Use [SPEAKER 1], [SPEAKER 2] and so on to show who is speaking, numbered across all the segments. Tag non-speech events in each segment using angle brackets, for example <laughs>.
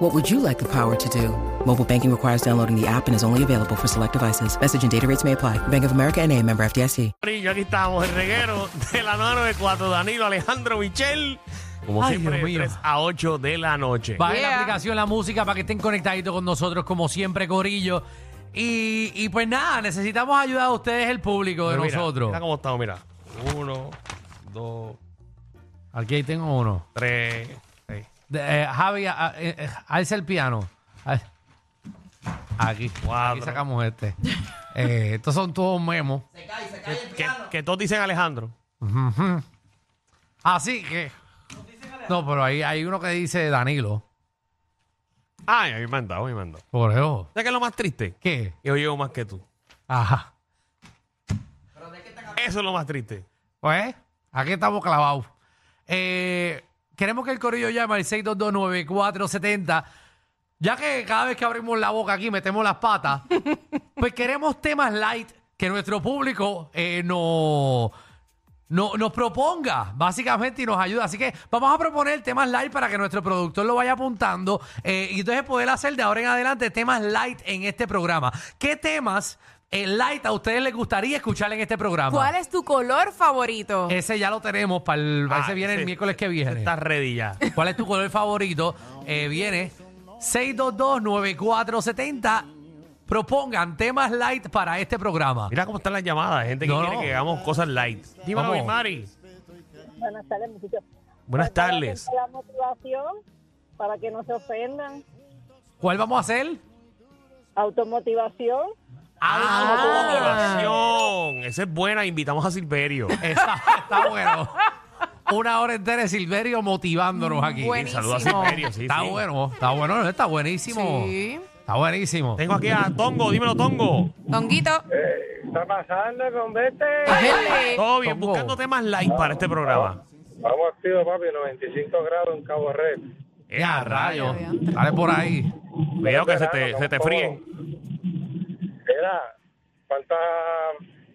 [SPEAKER 1] What would you like the power to do? Mobile banking requires downloading the app and is only available for select devices. Message and data rates may apply. Bank of America and a member FDIC.
[SPEAKER 2] Corillo, aquí estamos, el reguero de la 994, Danilo Alejandro Michel. Como
[SPEAKER 3] Ay,
[SPEAKER 2] siempre,
[SPEAKER 3] Dios
[SPEAKER 2] de
[SPEAKER 3] mío.
[SPEAKER 2] 3 a 8 de la noche.
[SPEAKER 3] Bajen la
[SPEAKER 4] Yeah.
[SPEAKER 3] aplicación, la música, para que estén conectaditos con nosotros, como siempre, Corillo. Y, y pues nada, necesitamos ayuda de ustedes, el público, de
[SPEAKER 2] Pero mira,
[SPEAKER 3] nosotros.
[SPEAKER 2] Mira cómo estamos, mira. Uno, dos,
[SPEAKER 3] Aquí tengo uno.
[SPEAKER 2] tres, seis.
[SPEAKER 3] De- eh, Javi, a- a- eh, eh, alza el piano. Al- Aquí, aquí
[SPEAKER 2] Cuatro.
[SPEAKER 3] sacamos este. Eh, estos son todos memos.
[SPEAKER 2] Que, que todos dicen Alejandro.
[SPEAKER 3] Así que... No, pero ahí hay uno que dice Danilo.
[SPEAKER 2] Ay, a mí me han dado, a mí me han dado.
[SPEAKER 3] Por eso.
[SPEAKER 2] ¿Sabes qué es lo más triste?
[SPEAKER 3] ¿Qué?
[SPEAKER 2] Yo llevo más que tú.
[SPEAKER 3] Ajá.
[SPEAKER 2] Eso es lo más triste.
[SPEAKER 3] Pues, aquí estamos clavados. Eh, queremos que el corillo llame al 6229470. Ya que cada vez que abrimos la boca aquí metemos las patas, pues queremos temas light que nuestro público eh, no- no- nos proponga, básicamente, y nos ayude. Así que vamos a proponer temas light para que nuestro productor lo vaya apuntando eh, y entonces poder hacer de ahora en adelante temas light en este programa. ¿Qué temas eh, light a ustedes les gustaría escuchar en este programa?
[SPEAKER 4] ¿Cuál es tu color favorito?
[SPEAKER 3] Ese ya lo tenemos para el.
[SPEAKER 2] Ah,
[SPEAKER 3] ese viene
[SPEAKER 2] ese-
[SPEAKER 3] el miércoles que
[SPEAKER 2] Ese
[SPEAKER 3] viene.
[SPEAKER 2] Está ready ya.
[SPEAKER 3] ¿Cuál es tu color favorito? Eh, viene 622-9470. Propongan temas light para este programa.
[SPEAKER 2] Mira cómo están las llamadas. Gente que
[SPEAKER 3] No,
[SPEAKER 2] quiere
[SPEAKER 3] no.
[SPEAKER 2] que hagamos cosas light. Dímelo,
[SPEAKER 3] Vamos.
[SPEAKER 2] mi Mari.
[SPEAKER 5] Buenas tardes, muchachos.
[SPEAKER 2] Buenas
[SPEAKER 5] Para
[SPEAKER 2] tardes.
[SPEAKER 5] que La motivación para que no se ofendan.
[SPEAKER 3] ¿Cuál vamos a hacer? <laughs>
[SPEAKER 5] Automotivación.
[SPEAKER 2] Ah. Motivación. Esa es buena. Invitamos a <laughs> Silverio.
[SPEAKER 3] Está, está bueno. Una hora entera de Silverio motivándonos aquí.
[SPEAKER 2] Sí, Saludos a
[SPEAKER 4] Mm, Buenísimo.
[SPEAKER 2] Silverio. Sí,
[SPEAKER 3] está
[SPEAKER 2] sí.
[SPEAKER 3] bueno, está bueno, está buenísimo.
[SPEAKER 4] Sí.
[SPEAKER 3] Está buenísimo.
[SPEAKER 2] Tengo aquí a Tongo, dímelo Tongo.
[SPEAKER 4] Tonguito.
[SPEAKER 3] Eh.
[SPEAKER 6] está pasando con vete?
[SPEAKER 4] Ájale.
[SPEAKER 2] Todo bien,
[SPEAKER 3] Tongo.
[SPEAKER 2] buscando temas light para este programa.
[SPEAKER 6] Vamos activo, papi, 95 grados en Cabo Red.
[SPEAKER 2] Eh,
[SPEAKER 3] Ya,
[SPEAKER 2] a
[SPEAKER 3] rayo.
[SPEAKER 4] rayo.
[SPEAKER 3] Dale por ahí.
[SPEAKER 2] Cuidado que se te,
[SPEAKER 6] Verano,
[SPEAKER 2] se te
[SPEAKER 6] como-
[SPEAKER 2] fríen.
[SPEAKER 6] Mira, ¿cuántas,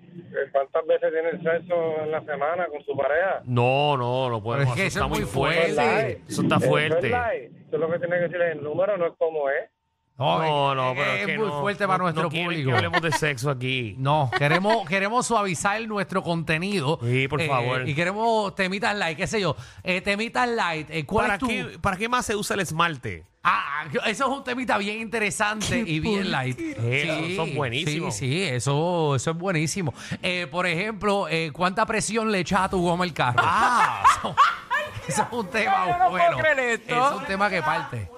[SPEAKER 6] eh, ¿cuántas veces tiene el sexo en la semana con su pareja?
[SPEAKER 2] No, no, no
[SPEAKER 3] Pero es
[SPEAKER 2] podemos.
[SPEAKER 3] que
[SPEAKER 2] eso
[SPEAKER 3] eso
[SPEAKER 2] está
[SPEAKER 3] es
[SPEAKER 2] muy
[SPEAKER 3] muy
[SPEAKER 2] fuerte.
[SPEAKER 6] fuerte.
[SPEAKER 2] Pues Eso está
[SPEAKER 6] Eso es
[SPEAKER 2] fuerte.
[SPEAKER 6] light. Tú lo que tienes que decir es el número, no es como es.
[SPEAKER 2] No, no, pero
[SPEAKER 3] eh, es,
[SPEAKER 2] es, que
[SPEAKER 3] muy
[SPEAKER 2] no,
[SPEAKER 3] fuerte
[SPEAKER 2] no-
[SPEAKER 3] para
[SPEAKER 2] no
[SPEAKER 3] nuestro
[SPEAKER 2] quieren
[SPEAKER 3] público.
[SPEAKER 2] Que hablemos de sexo aquí.
[SPEAKER 3] No, queremos, <laughs> queremos suavizar nuestro contenido. eh,
[SPEAKER 2] Sí, por favor.
[SPEAKER 3] Y queremos temitas light, qué sé yo. Eh, temitas light, eh, ¿cuál
[SPEAKER 2] ¿Para
[SPEAKER 3] es tu...?
[SPEAKER 2] qué, ¿Para qué más se usa el esmalte?
[SPEAKER 3] Ah, eso es un temita bien interesante y bien light.
[SPEAKER 2] Eh, son buenísimos.
[SPEAKER 3] Sí, sí, eso, eso es buenísimo. Eh, por ejemplo, eh, ¿cuánta presión le echas a tu goma el carro? Ah, eso, <laughs> eso es un tema
[SPEAKER 4] Yo no puedo
[SPEAKER 3] bueno.
[SPEAKER 4] creer esto.
[SPEAKER 3] Eso Es un tema que parte.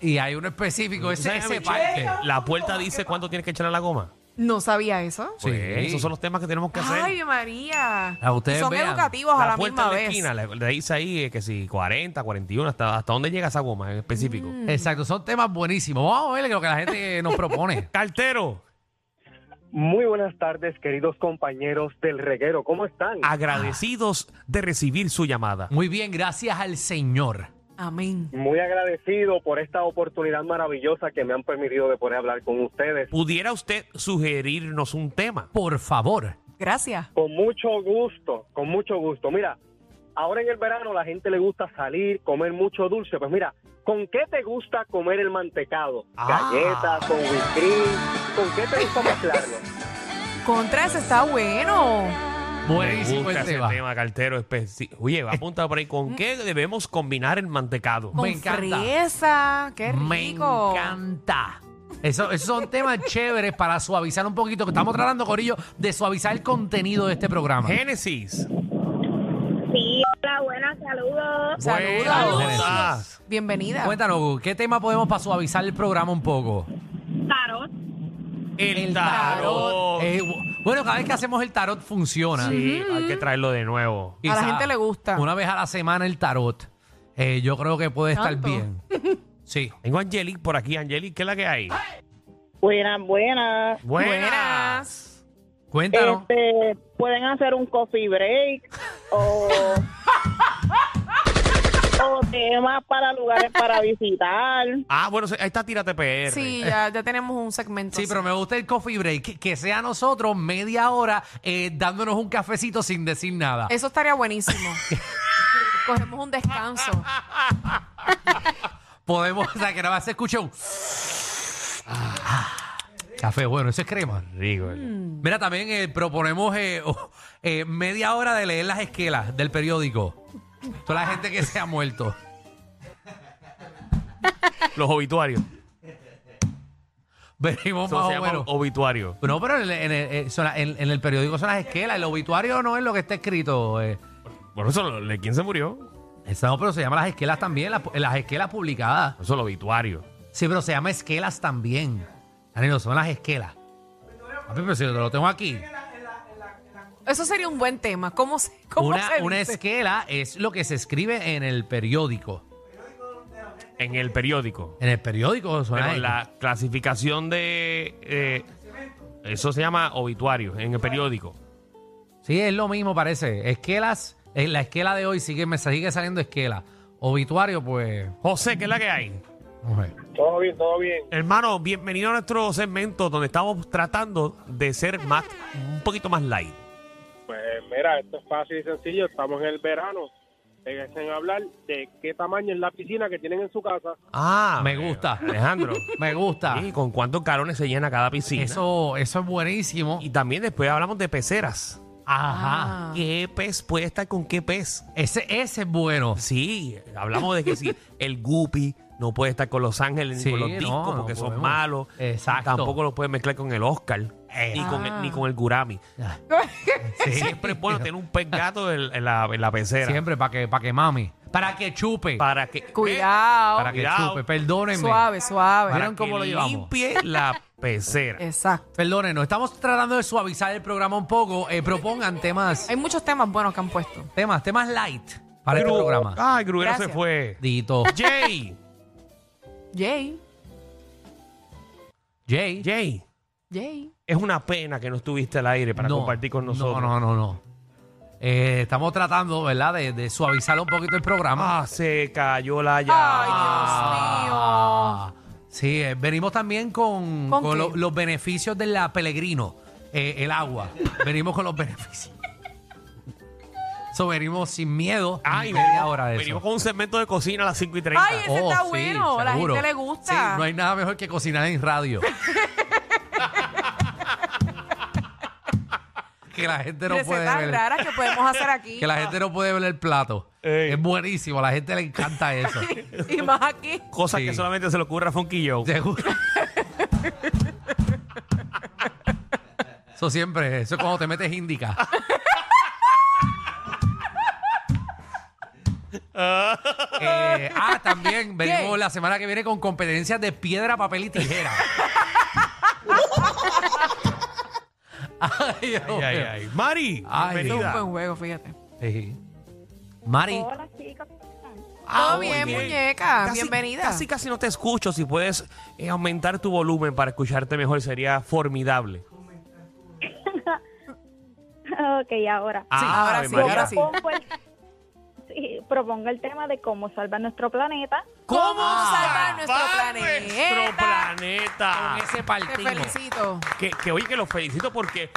[SPEAKER 3] Y hay uno específico, ese,
[SPEAKER 2] ¿Sabes,
[SPEAKER 3] ese
[SPEAKER 2] Michelle?
[SPEAKER 3] parte.
[SPEAKER 2] La puerta dice cuánto tienes que echar a la goma.
[SPEAKER 4] No sabía eso.
[SPEAKER 3] Sí.
[SPEAKER 2] Pues, esos son los temas que tenemos que hacer.
[SPEAKER 4] Ay, María.
[SPEAKER 3] A ustedes
[SPEAKER 4] Son
[SPEAKER 3] vean.
[SPEAKER 4] educativos a la
[SPEAKER 2] puerta de
[SPEAKER 4] misma
[SPEAKER 2] la
[SPEAKER 4] vez.
[SPEAKER 2] esquina, le, le dice ahí eh, que si 40, 41, hasta, hasta dónde llega esa goma en específico.
[SPEAKER 3] Exacto, son temas buenísimos. Vamos a ver lo que la gente nos propone.
[SPEAKER 4] <laughs>
[SPEAKER 2] Cartero,
[SPEAKER 7] Muy buenas tardes, queridos compañeros del reguero. ¿Cómo están?
[SPEAKER 2] Ah. agradecidos de recibir su llamada.
[SPEAKER 3] Muy bien, gracias al Señor.
[SPEAKER 4] Amén.
[SPEAKER 7] Muy agradecido por esta oportunidad maravillosa que me han permitido de poder hablar con ustedes.
[SPEAKER 2] ¿Pudiera usted sugerirnos un tema?
[SPEAKER 3] Por favor.
[SPEAKER 4] Gracias.
[SPEAKER 7] Con mucho gusto, con mucho gusto. Mira, ahora en el verano la gente le gusta salir, comer mucho dulce. Pues mira, ¿con qué te gusta comer el mantecado?
[SPEAKER 2] Ah.
[SPEAKER 7] Galletas, con whisky. ¿Con qué te gusta mezclarlo?
[SPEAKER 4] Contra ese está bueno.
[SPEAKER 2] Me
[SPEAKER 3] Buenísimo
[SPEAKER 2] gusta
[SPEAKER 3] el
[SPEAKER 2] ese
[SPEAKER 3] tema.
[SPEAKER 2] tema, Cartero. especi- Oye, apunta por ahí. ¿Con qué debemos combinar el mantecado?
[SPEAKER 4] Con
[SPEAKER 3] encanta.
[SPEAKER 4] fresa. Qué
[SPEAKER 3] Me
[SPEAKER 4] rico.
[SPEAKER 3] encanta. Eso- esos son temas chéveres para suavizar un poquito, que estamos tratando, Corillo, de suavizar el contenido de este programa.
[SPEAKER 2] Génesis.
[SPEAKER 5] Sí, hola, buenas, saludos.
[SPEAKER 4] Saludos.
[SPEAKER 2] Buenas, ¿cómo
[SPEAKER 3] Génesis.
[SPEAKER 2] estás?
[SPEAKER 4] Bienvenida.
[SPEAKER 3] Cuéntanos, ¿qué tema podemos para suavizar el programa un poco?
[SPEAKER 5] Tarot.
[SPEAKER 2] El,
[SPEAKER 3] El
[SPEAKER 2] tarot.
[SPEAKER 3] Eh, bu- bueno, cada vez que hacemos el tarot funciona.
[SPEAKER 2] Sí, hay que traerlo de nuevo.
[SPEAKER 4] A la gente le gusta.
[SPEAKER 3] Una vez a la semana el tarot. Eh, yo creo que puede estar
[SPEAKER 4] Tanto. <laughs>
[SPEAKER 3] bien. Sí.
[SPEAKER 2] Tengo a Angelique por aquí. Angelique, ¿qué es la que hay?
[SPEAKER 5] Buenas,
[SPEAKER 2] Buenas.
[SPEAKER 5] buenas.
[SPEAKER 4] Buenas.
[SPEAKER 3] Cuéntanos.
[SPEAKER 5] Este, pueden hacer un coffee break o, o temas para lugares para visitar.
[SPEAKER 2] Ah, bueno, sí, ahí está Tírate PR.
[SPEAKER 4] Sí, ya, ya tenemos un segmento.
[SPEAKER 3] Sí,
[SPEAKER 4] así.
[SPEAKER 3] pero me gusta el coffee break. Que, que sea nosotros media hora eh, dándonos un cafecito sin decir nada.
[SPEAKER 4] Eso
[SPEAKER 3] <laughs>
[SPEAKER 4] estaría buenísimo. Cogemos un descanso.
[SPEAKER 3] Podemos, <laughs> o sea, que nada más se escucha un. Ah, café, bueno, eso es crema.
[SPEAKER 2] Rico.
[SPEAKER 3] Mira, también eh, proponemos eh, <laughs> oh, eh, media hora de leer las esquelas del periódico. Toda la gente que se ha muerto. <laughs>
[SPEAKER 2] Los obituarios.
[SPEAKER 3] Venimos
[SPEAKER 2] Eso
[SPEAKER 3] más
[SPEAKER 2] se
[SPEAKER 3] o
[SPEAKER 2] llama
[SPEAKER 3] menos.
[SPEAKER 2] obituario.
[SPEAKER 3] No, pero en, el- en el- eh, son la- en- en el periódico son las esquelas. El obituario no es lo que está escrito. eh.
[SPEAKER 2] Por eso, lo- le- ¿quién se murió?
[SPEAKER 3] Eso no, pero se llama las esquelas también, las, las esquelas publicadas.
[SPEAKER 2] Por eso, el obituario.
[SPEAKER 3] Sí, pero se llama esquelas también. Danilo, son las esquelas. Papi, pero si yo te lo tengo aquí.
[SPEAKER 4] Eso sería un buen tema. ¿Cómo se, cómo
[SPEAKER 3] Una,
[SPEAKER 4] se
[SPEAKER 3] una
[SPEAKER 4] dice?
[SPEAKER 3] esquela es lo que se escribe en el periódico.
[SPEAKER 2] En el periódico.
[SPEAKER 3] En el periódico son
[SPEAKER 2] Pero
[SPEAKER 3] las-
[SPEAKER 2] la clasificación de. eh, eso se llama obituario en el periódico.
[SPEAKER 3] Sí, es lo mismo, parece. Esquelas, en la esquela de hoy sigue, me sigue saliendo esquela. Obituario, pues.
[SPEAKER 2] José, ¿qué es la que hay?
[SPEAKER 3] mujer.
[SPEAKER 6] Todo bien, todo bien.
[SPEAKER 2] Hermano, bienvenido a nuestro segmento donde estamos tratando de ser más, un poquito más light.
[SPEAKER 6] Pues mira, esto es fácil y sencillo. Estamos en el verano. Dejen hablar de qué tamaño es la piscina que tienen en su casa.
[SPEAKER 2] Ah,
[SPEAKER 3] Me gusta.
[SPEAKER 2] <laughs> Alejandro.
[SPEAKER 3] Me gusta.
[SPEAKER 2] ¿Y con cuántos galones se llena cada piscina?
[SPEAKER 3] Eso, eso es buenísimo.
[SPEAKER 2] Y también después hablamos de peceras.
[SPEAKER 3] Ajá.
[SPEAKER 4] Ah.
[SPEAKER 2] ¿Qué pez puede estar con qué pez?
[SPEAKER 3] Ese, ese es bueno.
[SPEAKER 2] Sí, hablamos de que
[SPEAKER 3] <laughs>
[SPEAKER 2] si el guppy no puede estar con Los Ángeles ni
[SPEAKER 3] Sí,
[SPEAKER 2] con los
[SPEAKER 3] no,
[SPEAKER 2] discos
[SPEAKER 3] no
[SPEAKER 2] porque son
[SPEAKER 3] podemos.
[SPEAKER 2] malos.
[SPEAKER 3] Exacto. Ah.
[SPEAKER 2] Tampoco lo puedes mezclar con el Oscar ni, con el, ni con el Gurami. <laughs>
[SPEAKER 3] Sí.
[SPEAKER 2] Siempre es bueno tener un pez gato en, en la, en la pecera.
[SPEAKER 3] Siempre para que, para que mami. Para que chupe.
[SPEAKER 2] Para que,
[SPEAKER 4] Cuidado.
[SPEAKER 3] Para que
[SPEAKER 2] Cuidado.
[SPEAKER 3] chupe. Perdónenme.
[SPEAKER 4] Suave, suave.
[SPEAKER 2] para
[SPEAKER 3] ¿Vieron cómo
[SPEAKER 2] que
[SPEAKER 3] lo llevamos?
[SPEAKER 2] limpie la pecera.
[SPEAKER 4] Exacto.
[SPEAKER 3] Perdónenos. Estamos tratando de suavizar el programa un poco. Eh, propongan temas,
[SPEAKER 4] Hay muchos temas buenos que han puesto.
[SPEAKER 3] temas, temas light para este
[SPEAKER 2] Gru-
[SPEAKER 3] programa.
[SPEAKER 2] Ay, Grugero se
[SPEAKER 4] Gracias.
[SPEAKER 2] fue.
[SPEAKER 3] Dito. <laughs>
[SPEAKER 2] Jay.
[SPEAKER 4] Jay,
[SPEAKER 3] Jay.
[SPEAKER 2] Jay.
[SPEAKER 4] Jay.
[SPEAKER 2] Es una pena que no estuviste al aire para
[SPEAKER 3] No,
[SPEAKER 2] compartir con nosotros.
[SPEAKER 3] No, no, no, no. Eh, estamos tratando, ¿verdad?, de, de suavizar un poquito el programa.
[SPEAKER 2] Ah, se cayó la
[SPEAKER 4] Ay,
[SPEAKER 2] llave.
[SPEAKER 4] Dios mío.
[SPEAKER 3] Ah, sí, eh, venimos también con,
[SPEAKER 4] ¿Con
[SPEAKER 3] con
[SPEAKER 4] qué?
[SPEAKER 3] lo- los beneficios de la Pellegrino, eh, el agua. venimos con los beneficios. So, venimos sin miedo.
[SPEAKER 2] Ay,
[SPEAKER 3] media
[SPEAKER 2] venimos-
[SPEAKER 3] hora de eso.
[SPEAKER 2] venimos con un segmento de cocina a las 5 y 30.
[SPEAKER 4] Ay, ese está bueno. A la
[SPEAKER 3] Oh, seguro.
[SPEAKER 4] gente le gusta.
[SPEAKER 3] Sí, no hay nada mejor que cocinar en
[SPEAKER 4] <laughs>
[SPEAKER 3] radio. que la gente no puede
[SPEAKER 4] Recetas
[SPEAKER 3] ver.
[SPEAKER 4] raras que
[SPEAKER 3] <laughs>
[SPEAKER 4] podemos hacer aquí.
[SPEAKER 3] Que la gente no puede ver el plato.
[SPEAKER 2] Ey.
[SPEAKER 3] Es buenísimo, a la gente le encanta
[SPEAKER 4] <laughs>
[SPEAKER 3] eso.
[SPEAKER 4] <laughs> y más aquí.
[SPEAKER 2] Cosas
[SPEAKER 3] Sí.
[SPEAKER 2] que solamente se le ocurre a Funky Joe.
[SPEAKER 3] Seguro. Eso siempre, eso es cuando te metes <laughs> indica. Eh, ah, también venimos
[SPEAKER 4] ¿Qué?
[SPEAKER 3] la semana que viene con competencias de piedra, papel y <laughs> tijera. ay, Dios
[SPEAKER 2] Ay, ay,
[SPEAKER 3] mío.
[SPEAKER 2] ay. Mari,
[SPEAKER 3] Ay,
[SPEAKER 4] Es un
[SPEAKER 2] bienvenida.
[SPEAKER 4] buen juego, fíjate.
[SPEAKER 3] Sí. Mari,
[SPEAKER 5] Oh, chicas.
[SPEAKER 2] Ah,
[SPEAKER 4] Todo
[SPEAKER 2] muy
[SPEAKER 4] bien, muñeca.
[SPEAKER 2] Casi-
[SPEAKER 4] Bienvenida.
[SPEAKER 2] Casi, casi no te escucho. Si puedes eh, aumentar tu volumen para escucharte mejor, sería formidable.
[SPEAKER 5] Ok, ahora.
[SPEAKER 2] Ah,
[SPEAKER 4] ahora
[SPEAKER 2] Ave
[SPEAKER 4] sí,
[SPEAKER 2] María.
[SPEAKER 4] ahora sí.
[SPEAKER 5] Propongo el, sí, propongo el tema de cómo salvar nuestro planeta.
[SPEAKER 4] ¿Cómo
[SPEAKER 3] Ah,
[SPEAKER 4] salvar nuestro
[SPEAKER 2] Salvar
[SPEAKER 4] planeta?
[SPEAKER 2] Nuestro planeta.
[SPEAKER 3] con ese
[SPEAKER 4] Te
[SPEAKER 3] partido.
[SPEAKER 4] felicito.
[SPEAKER 2] Que, que oye, que los felicito porque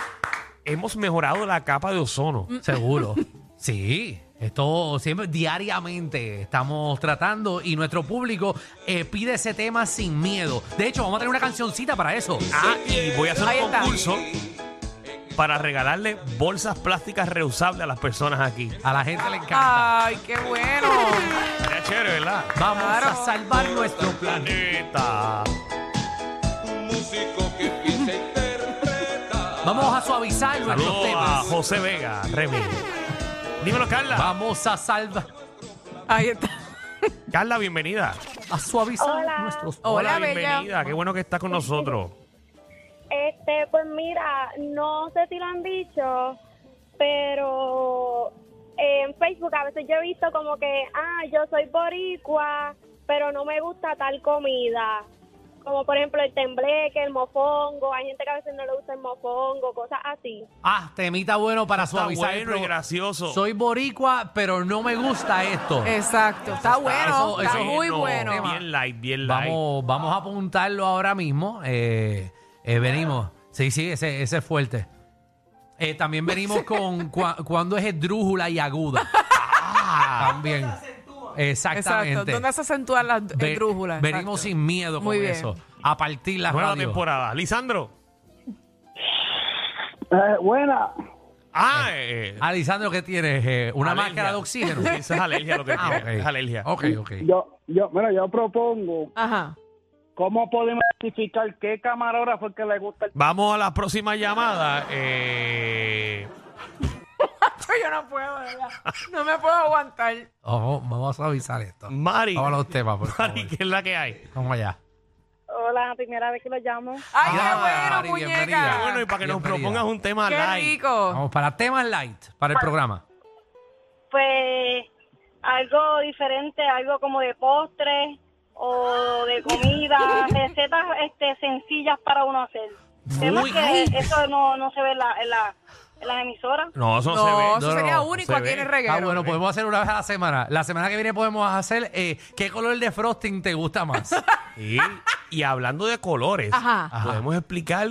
[SPEAKER 2] hemos mejorado la capa de ozono.
[SPEAKER 4] Mm.
[SPEAKER 3] Seguro. Sí, esto siempre diariamente estamos tratando y nuestro público eh, pide ese tema sin miedo. De hecho, vamos a tener una cancioncita para eso.
[SPEAKER 2] Ah, y voy a hacer
[SPEAKER 4] Ahí
[SPEAKER 2] un
[SPEAKER 4] está.
[SPEAKER 2] concurso para regalarle bolsas plásticas reusables a las personas aquí.
[SPEAKER 3] A la gente le encanta.
[SPEAKER 4] Ay, qué
[SPEAKER 3] <laughs>
[SPEAKER 4] bueno.
[SPEAKER 2] Sería chévere, ¿verdad?
[SPEAKER 3] Vamos
[SPEAKER 4] claro.
[SPEAKER 3] a salvar nuestro planeta.
[SPEAKER 2] Planeta.
[SPEAKER 3] Vamos a suavizar nuestros
[SPEAKER 2] Saludos a
[SPEAKER 3] temas.
[SPEAKER 2] José Vega, Remy. Dímelo, Carla.
[SPEAKER 3] Vamos a salvar,
[SPEAKER 4] Ahí está.
[SPEAKER 2] Carla, bienvenida.
[SPEAKER 3] a suavizar
[SPEAKER 5] Hola.
[SPEAKER 3] nuestros
[SPEAKER 2] Oh.
[SPEAKER 4] Hola,
[SPEAKER 2] bienvenida.
[SPEAKER 4] bella.
[SPEAKER 2] Qué bueno que estás con nosotros.
[SPEAKER 5] Este, pues mira, no sé si lo han dicho, pero en Facebook a veces yo he visto como que, ah, yo soy boricua, pero no me gusta tal comida. Como por ejemplo el tembleque, el mofongo. Hay gente que a veces no le gusta el mofongo, cosas así.
[SPEAKER 3] Ah, temita bueno para
[SPEAKER 2] Está
[SPEAKER 3] suavizar. el
[SPEAKER 2] bueno y
[SPEAKER 3] probo-
[SPEAKER 2] gracioso.
[SPEAKER 3] Soy boricua, pero no me gusta esto.
[SPEAKER 4] Exacto. Está bueno.
[SPEAKER 3] eso-
[SPEAKER 4] Está
[SPEAKER 3] eso-
[SPEAKER 4] muy bueno.
[SPEAKER 2] Bien light, bien light.
[SPEAKER 3] Vamos, vamos a apuntarlo ahora mismo. Eh, eh, venimos. Sí, sí, ese, ese es fuerte. Eh, también venimos con cua- cuando es esdrújula y aguda. también. Exactamente.
[SPEAKER 4] Exacto. ¿Dónde se acentúan las
[SPEAKER 3] Ve-
[SPEAKER 4] drújulas?
[SPEAKER 3] Venimos
[SPEAKER 4] Exacto.
[SPEAKER 3] sin miedo con
[SPEAKER 4] Muy bien.
[SPEAKER 3] eso. A partir la
[SPEAKER 2] Nueva
[SPEAKER 3] radio.
[SPEAKER 2] temporada. Lisandro.
[SPEAKER 7] Eh, buena.
[SPEAKER 2] Ah, eh,
[SPEAKER 3] Alisandro, ¿qué tienes? Eh, ¿Una
[SPEAKER 2] alergia.
[SPEAKER 3] máscara de
[SPEAKER 2] <laughs>
[SPEAKER 3] oxígeno?
[SPEAKER 2] Eso es alergia lo que
[SPEAKER 3] <laughs> Ah,
[SPEAKER 2] tiene.
[SPEAKER 3] ok.
[SPEAKER 2] Es alergia.
[SPEAKER 3] Ok, ok.
[SPEAKER 7] Yo, yo, mira, yo propongo
[SPEAKER 4] Ajá. <laughs>
[SPEAKER 7] cómo podemos identificar qué camarógrafo es que le gusta el
[SPEAKER 2] Vamos a la próxima llamada. Eh,
[SPEAKER 4] Yo no puedo, de ¿verdad? No me puedo aguantar.
[SPEAKER 3] Ojo, vamos a avisar esto.
[SPEAKER 2] Mari.
[SPEAKER 3] Vamos a los temas, por favor.
[SPEAKER 2] Mari, ¿qué es la que hay?
[SPEAKER 3] Vamos allá.
[SPEAKER 5] Hola, primera vez que lo llamo.
[SPEAKER 4] Ay,
[SPEAKER 3] Ah, Mari,
[SPEAKER 4] qué bueno,
[SPEAKER 3] bienvenida.
[SPEAKER 4] muñeca.
[SPEAKER 2] Bueno, y para que nos
[SPEAKER 3] Ah, bienvenida.
[SPEAKER 2] propongas un tema
[SPEAKER 4] Qué
[SPEAKER 2] live.
[SPEAKER 4] rico.
[SPEAKER 3] Vamos para temas light, para el programa.
[SPEAKER 5] Pues algo diferente, algo como de postre o de comida, recetas este, sencillas para uno hacer. Temas
[SPEAKER 2] Muy-
[SPEAKER 5] que eso no, no se ve en, la, en, la- en las emisoras.
[SPEAKER 2] No, eso se
[SPEAKER 4] No,
[SPEAKER 2] ve.
[SPEAKER 4] eso
[SPEAKER 3] No,
[SPEAKER 4] sería
[SPEAKER 3] no,
[SPEAKER 4] único
[SPEAKER 2] se
[SPEAKER 4] aquí
[SPEAKER 2] ve.
[SPEAKER 4] en el
[SPEAKER 3] Ah,
[SPEAKER 4] reguero.
[SPEAKER 3] bueno, podemos hacer una vez a la semana. La semana que viene podemos hacer eh, qué color de frosting te gusta más.
[SPEAKER 2] Sí, y hablando de colores,
[SPEAKER 4] Ajá.
[SPEAKER 3] Ajá.
[SPEAKER 2] podemos explicar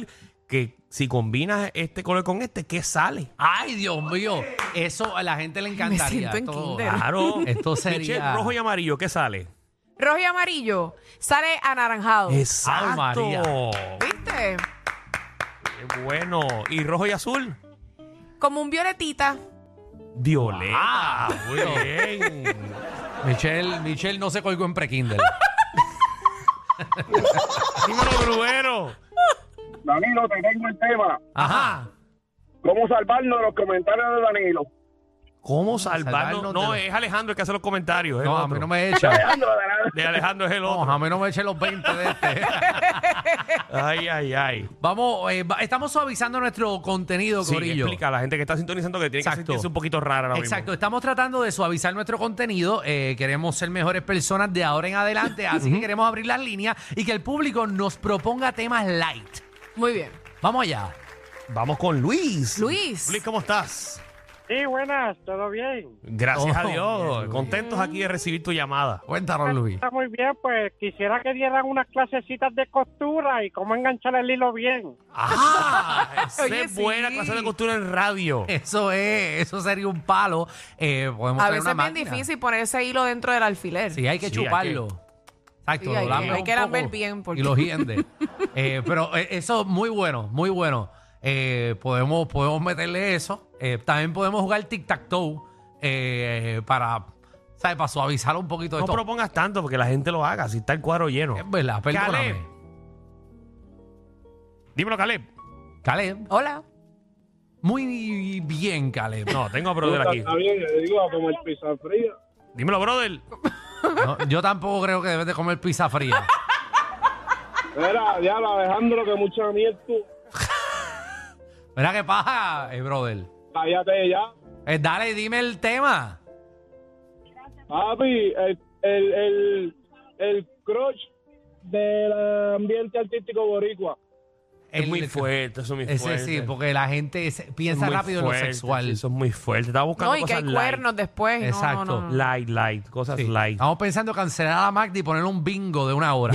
[SPEAKER 2] que si combinas este color con este, ¿qué sale?
[SPEAKER 3] Ay, Dios mío. Eso a la gente le encantaría.
[SPEAKER 4] siento en
[SPEAKER 3] Esto- Ah,
[SPEAKER 4] kinder.
[SPEAKER 2] <laughs> Claro.
[SPEAKER 3] Esto sería-
[SPEAKER 2] Michelle, rojo y amarillo, ¿qué sale?
[SPEAKER 4] Rojo y amarillo. Sale anaranjado.
[SPEAKER 2] Exacto.
[SPEAKER 3] María.
[SPEAKER 4] ¿Viste?
[SPEAKER 2] Qué bueno. ¿Y rojo y azul?
[SPEAKER 4] Como un violetita.
[SPEAKER 2] Violeta.
[SPEAKER 3] Ah,
[SPEAKER 2] muy bien.
[SPEAKER 3] Michelle, Michelle no se colgó en pre-Kindle.
[SPEAKER 2] Dímelo, Bruero.
[SPEAKER 6] Danilo, te tengo el tema.
[SPEAKER 3] Ajá.
[SPEAKER 6] ¿Cómo salvarnos de los comentarios de Danilo?
[SPEAKER 2] ¿Cómo salvarnos?
[SPEAKER 3] salvarnos de
[SPEAKER 2] no,
[SPEAKER 3] los-
[SPEAKER 2] es Alejandro el que hace los comentarios. es
[SPEAKER 3] No, a
[SPEAKER 2] otro.
[SPEAKER 3] mí no me echa.
[SPEAKER 2] De Alejandro es el
[SPEAKER 3] No,
[SPEAKER 2] otro.
[SPEAKER 3] a mí no me eche los 20 de este.
[SPEAKER 2] Ay, ay, ay.
[SPEAKER 3] Vamos, eh, va- estamos suavizando nuestro contenido,
[SPEAKER 2] Sí,
[SPEAKER 3] Corillo.
[SPEAKER 2] explica a la gente que está sintonizando que tiene
[SPEAKER 3] Exacto.
[SPEAKER 2] que sentirse un poquito rara ahora mismo.
[SPEAKER 3] Exacto, estamos tratando de suavizar nuestro contenido. eh, queremos ser mejores personas de ahora en adelante, así que queremos abrir las líneas y que el público nos proponga temas light.
[SPEAKER 4] Muy bien.
[SPEAKER 3] Vamos allá.
[SPEAKER 2] Vamos con Luis.
[SPEAKER 4] Luis.
[SPEAKER 2] Luis, ¿cómo estás?
[SPEAKER 7] Sí, buenas, todo bien.
[SPEAKER 2] Gracias a
[SPEAKER 3] Oh,
[SPEAKER 2] Dios.
[SPEAKER 3] bien, Luis.
[SPEAKER 2] Contentos aquí de recibir tu llamada.
[SPEAKER 4] Ah.
[SPEAKER 3] Cuéntanos,
[SPEAKER 4] <laughs>
[SPEAKER 3] Luis.
[SPEAKER 7] Está muy bien, pues quisiera que dieran unas clasecitas de costura y cómo enganchar el hilo bien.
[SPEAKER 2] Ah, esa
[SPEAKER 4] Oye,
[SPEAKER 2] es
[SPEAKER 4] sí.
[SPEAKER 2] buena clase de costura en radio.
[SPEAKER 3] Eso es, eso sería un palo. Eh, podemos
[SPEAKER 4] A
[SPEAKER 3] traer
[SPEAKER 4] veces
[SPEAKER 3] una
[SPEAKER 4] es bien
[SPEAKER 3] máquina.
[SPEAKER 4] difícil poner ese hilo dentro del alfiler.
[SPEAKER 3] Sí, hay que
[SPEAKER 2] Sí, hay
[SPEAKER 3] chuparlo. Exacto,
[SPEAKER 4] Sí, hay
[SPEAKER 3] lo
[SPEAKER 4] que-
[SPEAKER 3] lames
[SPEAKER 4] hay
[SPEAKER 3] un
[SPEAKER 4] que lamber
[SPEAKER 3] poco
[SPEAKER 4] bien, porque-
[SPEAKER 3] Y lo hiende. Eh, pero eh, eso muy bueno, muy bueno. Eh, podemos, podemos meterle eso. Eh, también podemos jugar tic-tac-toe eh, para, ¿sabes? para suavizar un poquito
[SPEAKER 2] No
[SPEAKER 3] esto.
[SPEAKER 2] propongas tanto porque la gente lo haga si está el cuadro lleno.
[SPEAKER 3] Es verdad, perdóname.
[SPEAKER 2] Caleb. Dímelo, Caleb.
[SPEAKER 3] Caleb.
[SPEAKER 4] Hola.
[SPEAKER 3] Muy bien, Caleb.
[SPEAKER 2] No, tengo a brother aquí.
[SPEAKER 6] bien, yo digo, como el pizza fría.
[SPEAKER 2] Dímelo, brother.
[SPEAKER 3] No, yo tampoco creo que debes de comer pizza fría.
[SPEAKER 6] Era, diablo, Alejandro, que mucha mierda.
[SPEAKER 3] Mira qué paja, eh, brother.
[SPEAKER 6] Cállate ya.
[SPEAKER 3] Eh, dale, dime el tema.
[SPEAKER 6] Papi, el, el, el, el crush del ambiente artístico boricua.
[SPEAKER 2] Es muy
[SPEAKER 3] El-
[SPEAKER 2] fuerte, eso es muy fuerte.
[SPEAKER 3] Ese sí, porque la gente se- piensa
[SPEAKER 2] Muy
[SPEAKER 3] rápido en
[SPEAKER 2] fuerte,
[SPEAKER 3] lo sexual.
[SPEAKER 2] sí, eso es muy fuerte. Estaba buscando
[SPEAKER 4] No, y que
[SPEAKER 2] cosas
[SPEAKER 4] hay
[SPEAKER 2] light.
[SPEAKER 4] cuernos después. No,
[SPEAKER 3] Exacto.
[SPEAKER 4] no, no, no.
[SPEAKER 2] Light, light, cosas
[SPEAKER 3] Sí.
[SPEAKER 2] light.
[SPEAKER 3] Estamos pensando cancelar a Magdi y poner un bingo de una hora.